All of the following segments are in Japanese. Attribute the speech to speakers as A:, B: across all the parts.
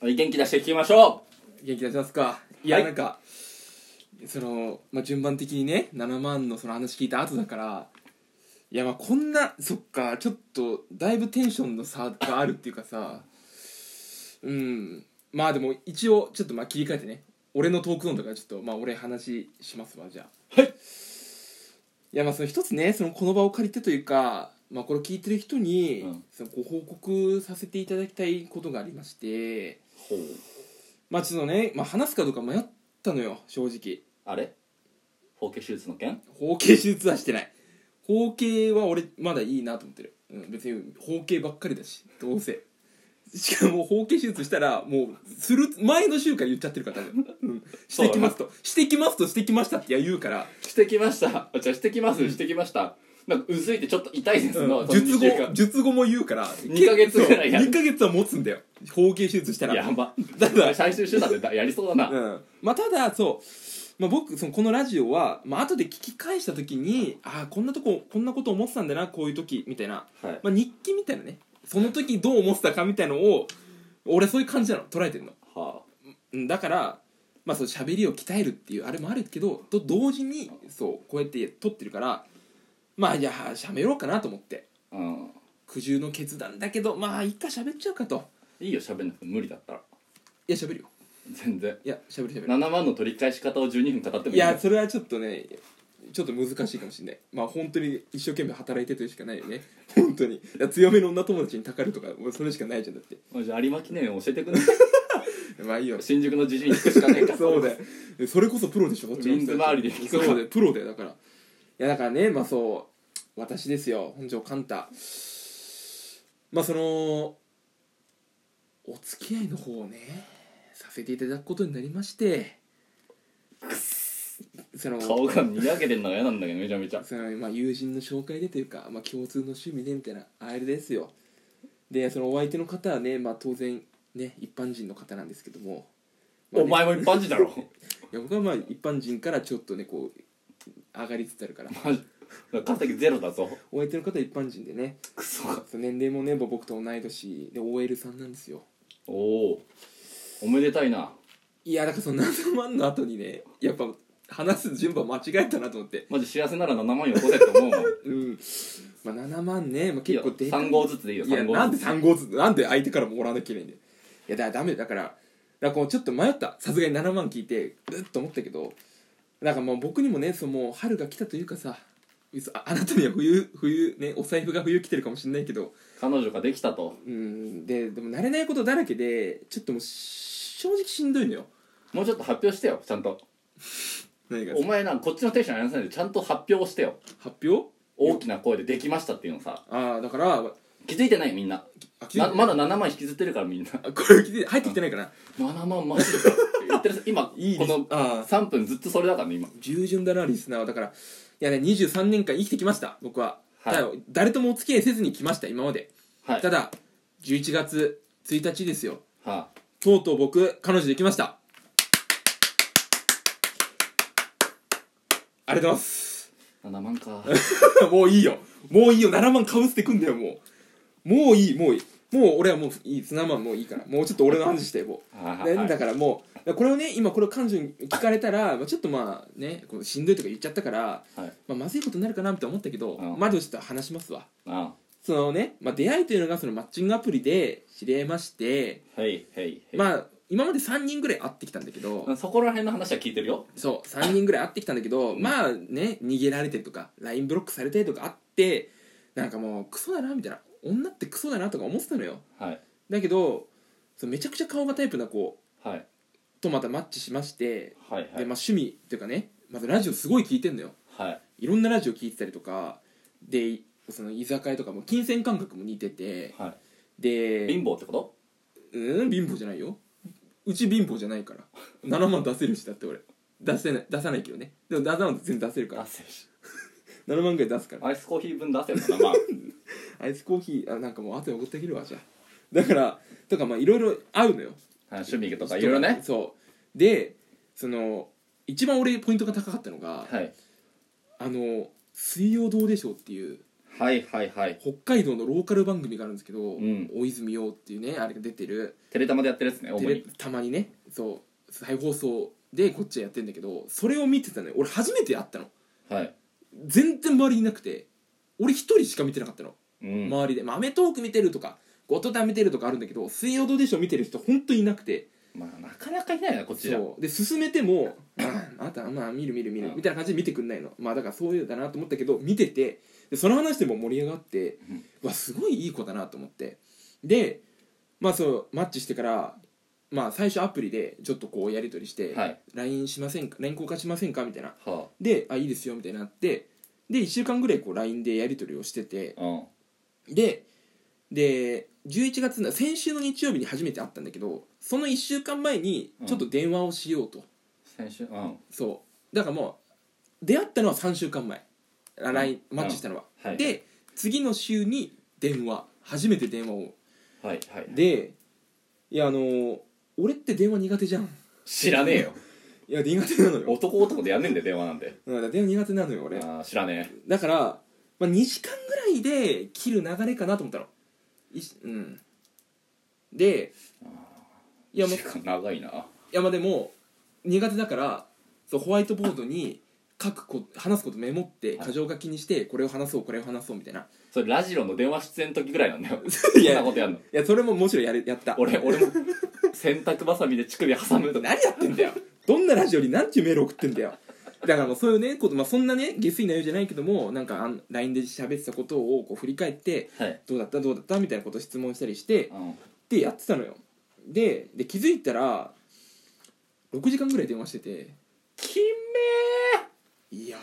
A: はい元気出していきましょ
B: 元気出しますかいや、
A: はい
B: なんかその、まあ、順番的にね7万のその話聞いた後だからいやまあこんなそっかちょっとだいぶテンションの差があるっていうかさうんまあでも一応ちょっとまあ切り替えてね俺のトークゾーンとかちょっとまあ俺話しますわじゃあ
A: はい
B: いやまあその一つねそのこの場を借りてというかまあこれを聞いてる人に、
A: うん
B: そのご報告させていただきたいことがありまして
A: う
B: まあちょっとね、まあ、話すかどうか迷ったのよ正直
A: あれ包茎手術の件
B: 包茎手術はしてない包茎は俺まだいいなと思ってる、うん、別に包茎ばっかりだしどうせしかも包茎手術したらもうする前の週から言っちゃってるから多分、うん、してきますとしてきますとしてきましたって言うから
A: してきましたあじゃあしてきますしてきましたなんかうずいてちょっと痛いですの、
B: うん
A: その
B: 術
A: 二
B: 後
A: 週間
B: 術後も言うから
A: 二ヶ月ぐらいやる
B: 2ヶ月は持つんだよ包茎手術したら
A: やば
B: だから
A: 最終手段でだやりそうだな、
B: うんまあ、ただそう、まあ、僕そのこのラジオは、まあ後で聞き返した時にああこんなとここんなこと思ってたんだなこういう時みたいな、
A: はい
B: まあ、日記みたいなねその時どう思ってたかみたいのを俺そういう感じなの捉えてるの
A: は
B: うんだからまあそう喋りを鍛えるっていうあれもあるけどと同時にそうこうやって撮ってるからまあいや喋ろうかなと思って
A: あ、うん
B: 苦渋の決断だけどまあ一回喋っちゃうかと
A: いいよ喋んなくて無理だったら
B: いや喋るよ
A: 全然
B: いや喋る喋る
A: 7万の取り返し方を12分語ってもい
B: い
A: いよ
B: やそれはちょっとねちょっと難しいかもしれないまあ本当に一生懸命働いてというしかないよね本当にいや強めの女友達にたかるとかもうそれしかないじゃんだって
A: もうじゃあ有馬記念教えてくれ
B: まあいいよ
A: 新宿のじじいに行くしかねえか
B: そうだよそれこそプロでしょこっちの人たち
A: ウィンズ周りで聞くか
B: そうだよプロだよだからいやだからねまあそう私ですよ本庄寛太まあそのお付き合いの方をねさせていただくことになりましてその
A: 顔がにやけてんのが嫌なんだけどめちゃめちゃ
B: そのまあ、友人の紹介でというか、まあ、共通の趣味でみたいなあれですよでそのお相手の方はね、まあ、当然ね一般人の方なんですけども、まあ
A: お
B: ね
A: 前も一般人だろ
B: いや僕はまあ一般人からちょっとねこう上がりつつあるから
A: マジ稼ぎゼロだぞ
B: お相手の方は一般人でね
A: クソが
B: そう年齢もね僕と同い年で OL さんなんですよ
A: おおおめでたいない
B: やだからその7万の後にねやっぱ話す順番間違えたなと思って
A: マジ幸せなら7万よこせって思うもん
B: うんまあ7万ね、まあ、結構でかい
A: 3号ずつでいいよ
B: いや
A: 3号
B: なんで
A: ずつ
B: 3号ずつなんで相手からもらわなきゃいけないんだよいやだからダメだからだからこうちょっと迷ったさすがに7万聞いてうっと思ったけどなんかもう僕にもねそのもう春が来たというかさそああなたには冬冬ねお財布が冬来てるかもしれないけど
A: 彼女ができたと
B: うんででも慣れないことだらけでちょっともうし正直しんどいのよ
A: もうちょっと発表してよちゃんと
B: 何が
A: お前なこっちのテンション上げなさいでちゃんと発表をしてよ
B: 発表
A: 大きな声で「できました」っていうのさ
B: ああだからあ
A: 気づいてないみんな
B: 気づい
A: な
B: て
A: まだ7万引きずってるからみんな
B: あこれ気づいて入ってきてないかな
A: 7万マジでかって言ってる今
B: いい
A: こ
B: です
A: の
B: ああ
A: 3分ずっとそれだからね今
B: 従順だなリスナーはだからいやね23年間生きてきました僕は、
A: はい
B: ただ誰ともお付き合いせずに来ました今まで、
A: はい
B: た
A: は
B: だ11月1日ですよ
A: あ
B: とうとう僕彼女できましたありがとうございます
A: 7万か
B: もういいよもういいよ7万かぶせてくんだよもうもういいもういいもう俺はもういい7万もういいからもうちょっと俺の話してもう
A: はい
B: ね
A: はい
B: だからもうこれをね今これを彼女に聞かれたらまあちょっとまあねこうしんどいとか言っちゃったから、
A: はい
B: まあ、まずいことになるかなって思ったけど、
A: うん
B: まあでもちょっと話しますわ
A: あ
B: そのね、まあ、出会いというのがそのマッチングアプリで知り合いまして、
A: あはいはいはい
B: まあ今まで3人ぐらい会ってきたんだけど、
A: そこら辺の話は聞いてるよ
B: そう3人ぐらい会ってきたんだけど、まあね逃げられてとか LINE ブロックされてとかあってなんかもうクソだなみたいな女ってクソだなとか思ってたのよ
A: はい
B: だけどそのめちゃくちゃ顔がタイプな子
A: はい
B: とまたマッチしまして
A: はいはい
B: でまあ、趣味っていうかねまずラジオすごい聞いてんのよ
A: はい
B: いろんなラジオ聞いてたりとかでその居酒屋とかも金銭感覚も似てて
A: は
B: で
A: い貧乏ってこと
B: うん貧乏じゃないようち貧乏じゃないから7万出せるしだって俺出せない出さないけどねでも7万全然出せるから
A: 出せるし
B: 7万ぐらい出すから
A: アイスコーヒー分出せる かなまあ
B: アイスコーヒーあなんかもう後で送ってあげるわじゃあだからとかまあいろいろ合うのよ
A: はい趣味とかいろいろね
B: そうでその一番俺ポイントが高かったのが、
A: はい
B: あの「水曜どうでしょう」っていう
A: はいはいはい
B: 北海道のローカル番組があるんですけど、
A: うん
B: 大泉洋っていうねあれが出てる
A: テレタマでやってるやつね主
B: テレ
A: に
B: たまにねそう再放送でこっちはやってんだけどそれを見てたね俺初めて会ったの
A: はい
B: 全然周りいなくて俺一人しか見てなかったの、
A: うん、
B: 周りで「まあアメトーーク」見てるとか「ゴトタン」見てるとかあるんだけど水曜どうでしょう見てる人本当にいなくて
A: まあなかなかいないなこっちじゃ
B: そうで進めても 「ああなたまあ見る見る見る
A: う」ん
B: みたいな感じで見てくんないのまあだからそういうだなと思ったけど見ててでその話でも盛り上がって、
A: うん
B: うわすごいいい子だなと思ってでまあそうマッチしてからまあ最初アプリでちょっとこうやり取りして
A: はい
B: LINE しませんか LINE 交換しませんか?」みたいな
A: は
B: で「あいいですよ」みたいになってで1週間ぐらいこう LINE でやり取りをしてて
A: あうん
B: でで11月の先週の日曜日に初めて会ったんだけどその1週間前にちょっと電話をしようと、
A: 先週うん
B: そうだからもう出会ったのは3週間前あ LINE マッチしたのは、
A: はい
B: で次の週に電話初めて電話を
A: はいはい
B: でいやあのー俺って電話苦手じゃん
A: 知らねえよ
B: いや苦手なのよ、
A: 男男でやんねえんだよ電話なんて
B: うん、だから電話苦手なのよ俺
A: ああ知らね
B: だから、まあ、2時間ぐらいで切る流れかなと思ったのいしうんでい
A: え
B: やもう
A: 時間長いない
B: やまあでも苦手だからそうホワイトボードに書くこ話すことメモって
A: はい
B: 箇条書きにしてこれを話そうこれを話そうみたいな
A: それラジオの電話出演の時ぐらいなんだよ
B: い
A: そん
B: や
A: ないことやんの
B: やそれももちろんやれやった
A: 俺俺も洗濯ばさみで乳首挟むとか
B: 何やってんだよどんなラジオに何ちゅうメール送ってんだよだからもうそういうねこと、まあ、そんなね下水内容じゃないけどもなんかあん LINE で喋ってたことをこう振り返って
A: はい
B: どうだったどうだったみたいなことを質問したりして
A: うん
B: でやってたのよでで気づいたら6時間ぐらい電話してて
A: きめ
B: いやー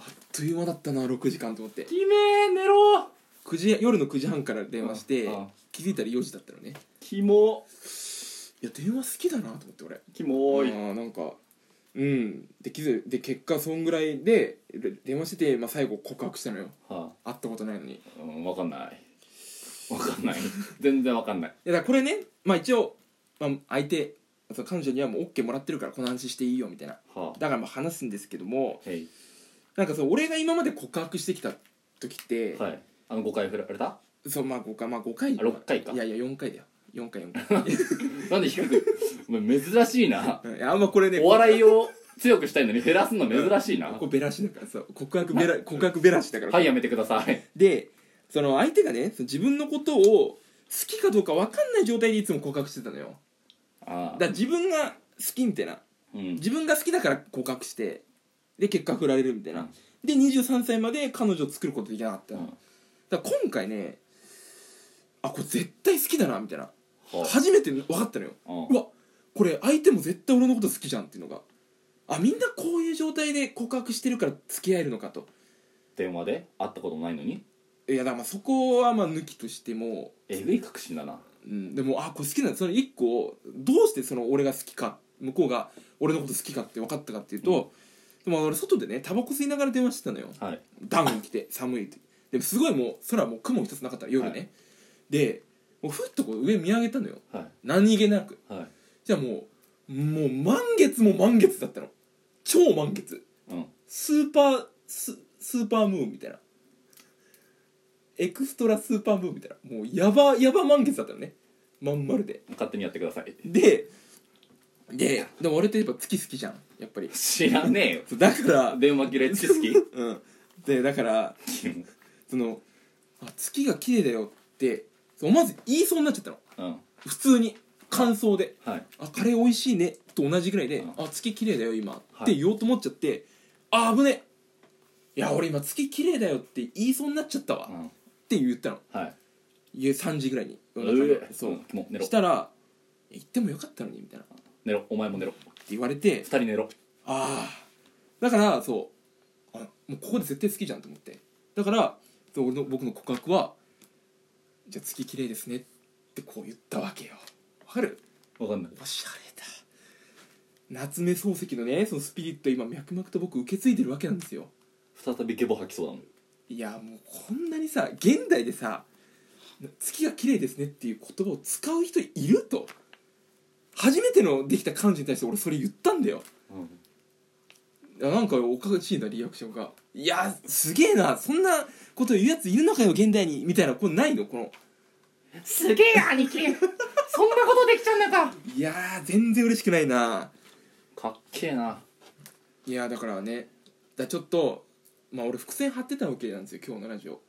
B: あっという間だったな6時間と思って
A: えきめえ寝ろ
B: 9時夜の9時半から電話して
A: うんうん
B: 気づいたら4時だったのね
A: キモ
B: いや電話好きだなと思って俺
A: キモ
B: あ
A: い
B: ーなんかうんできずで結果そんぐらいでで電話してて、まあ、最後告白したのよ
A: は
B: 会ったことないのにい
A: あうんわかんないわかんない全然わかんない
B: やだからこれねまあ一応、まあ、相手あと彼女にはもう OK もらってるからこの話していいよみたいな
A: はあ
B: だからまあ話すんですけども
A: へい
B: なんかそう俺が今まで告白してきた時って、
A: はいあの5回振られた
B: そうまあ5回まあ5回
A: あ六回か
B: いやいや4回だよ4回4回
A: なんで低くお前珍しいな
B: うんいやあんまこれね
A: お笑いを強くしたいのに減らすの珍しいな
B: ここベラシだからそう告白ベラ告白ベラシだから、
A: はいやめてください
B: でその相手がねその自分のことを好きかどうか分かんない状態でいつも告白してたのよ
A: あ
B: だ
A: あ
B: から自分が好きみたいな
A: うん
B: 自分が好きだから告白してで結果振られるみたいな、
A: うん
B: で23歳まで彼女を作ることできなかった、
A: うん
B: だから今回ねあこれ絶対好きだなみたいな
A: は
B: 初めて分かったのよ
A: あうん
B: うわこれ相手も絶対俺のこと好きじゃんっていうのがあみんなこういう状態で告白してるから付き合えるのかと
A: 電話で会ったことないのに
B: いやだからまあそこはまあ抜きとしても、
A: えぐい確信だな
B: うん、でもあこれ好きなんだその一個どうしてその俺が好きか向こうが俺のこと好きかって分かったかっていうと、でも俺外でねタバコ吸いながら電話してたのよ
A: はい
B: ダウン 着て寒いってでもすごいもう空もう雲一つなかった夜ね、
A: はい
B: でもうふっとこう上見上げたのよ
A: は
B: 何気なく
A: いはい
B: じゃあもうもう満月も満月だったの超満月
A: うん
B: スーパーススーパームーンみたいなエクストラスーパームーンみたいなもうやばやば満月だったのねまん丸で
A: 勝手にやってください
B: でででも俺ってやっぱ月好きじゃんやっぱり
A: 知らねえよ
B: そうだから
A: 電話切れ知識
B: うんでだからそのあ月が綺麗だよってそう思わず言いそうになっちゃったの
A: うん
B: 普通に感想で
A: はい
B: あカレー美味しいねと同じぐらいで、
A: うん
B: あ月綺麗だよ今、
A: はい
B: って言おうと思っちゃってあ危ねいや俺今月綺麗だよって言いそうになっちゃったわ、
A: う
B: っ
A: ん
B: て言ったの
A: はい
B: いや3時ぐらいに
A: う
B: 夜中
A: え
B: のそ
A: んもう寝
B: う
A: ろ
B: したら「行ってもよかったのに」みたいなって
A: 寝ろお前も寝ろ
B: 言われて
A: 二人寝ろ
B: ああだからそうあもうここで絶対好きじゃんと思ってだからそう俺の僕の告白は「じゃあ月綺麗ですね」ってこう言ったわけよわかる
A: わかんない
B: おしゃれだ夏目漱石のねそのスピリット今脈々と僕受け継いでるわけなんですよ
A: 再びゲボ吐きそうだもん
B: いやもうこんなにさ現代でさ「月が綺麗ですね」っていう言葉を使う人いると初めてのできた彼女に対して俺それ言ったんだよ
A: うん
B: いやなんかおかしいなリアクションがいやすげえなそんなこと言うやついるのかよ現代にみたいなこれないのこの
A: すげえ兄貴そんなことできちゃうんだか
B: いやー全然嬉しくないな
A: かっけえない
B: やーだからねだからちょっとまあ俺伏線張ってたわけなんですよ今日のラジオ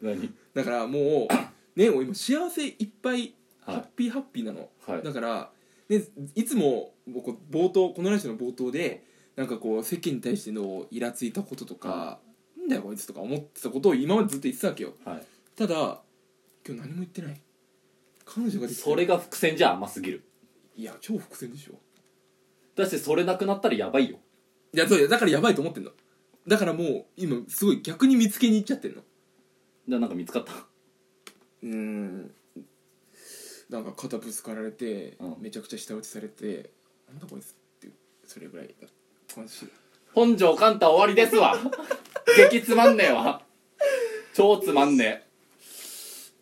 A: 何
B: だからもうねもう今幸せいっぱいハッピーハッピーなの、
A: はい
B: だから、ね、いつも僕冒頭このラジオの冒頭でなんかこう世間に対してのイラついたこととか、
A: は
B: なんだよこいつとか思ってたことを今までずっと言ってたわけよ
A: はい
B: ただ今日何も言ってない彼女ができて
A: それが伏線じゃ甘すぎる
B: いや超伏線でしょ
A: だしそれなくなったらやばいよ
B: いやそうよだからやばいと思ってんのだからもう今すごい逆に見つけに行っちゃってんの
A: じゃあなんか見つ かった
B: うーんなんか肩ぶつかられて、
A: うん
B: めちゃくちゃ舌打ちされてなんだこいつってそれぐらいだ今週
A: 本庄カンタ終わりです わ激つまんねえわ超つまんね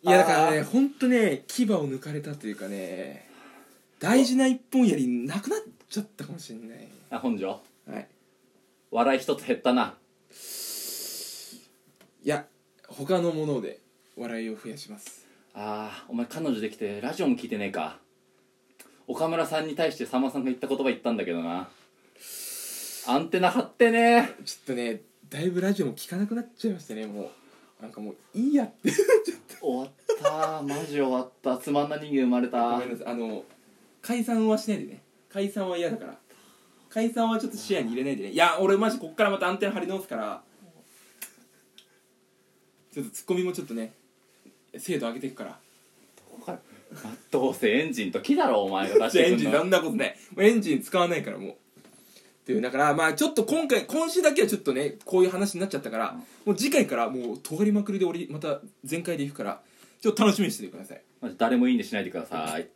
B: いやだからねほんとね牙を抜かれたというかね大事な一本やりなくなっちゃったかもしれない
A: えあ本庄
B: はい
A: 笑い一つ減ったない
B: や他のもので笑いを増やします
A: あーお前彼女できてラジオも聞いてねえか岡村さんに対してさんまさんが言った言葉言ったんだけどなアンテナ張ってね
B: ちょっとねだいぶラジオも聞かなくなっちゃいましたねもうなんかもういいやって
A: 終わったマジ終わったつまんな人間生まれ
B: ご
A: た
B: めんなさいあの解散はしないでね解散は嫌だから解散はちょっと視野に入れないでねいや俺マジこっからまたアンテナ張り直すからちょっとツッコミもちょっとね精度上げていくから
A: どうせエンジンと木だろお前が出し
B: じゃあ
A: て
B: エ
A: く
B: ン
A: ん
B: ジン
A: の
B: そんなことないもうエンジン使わないからもうっていうだからまあちょっと今回今週だけはちょっとねこういう話になっちゃったからもう次回からもう尖りまくりで俺また全開でいくからちょっと楽しみにしててください
A: マジ誰もいいねしないでください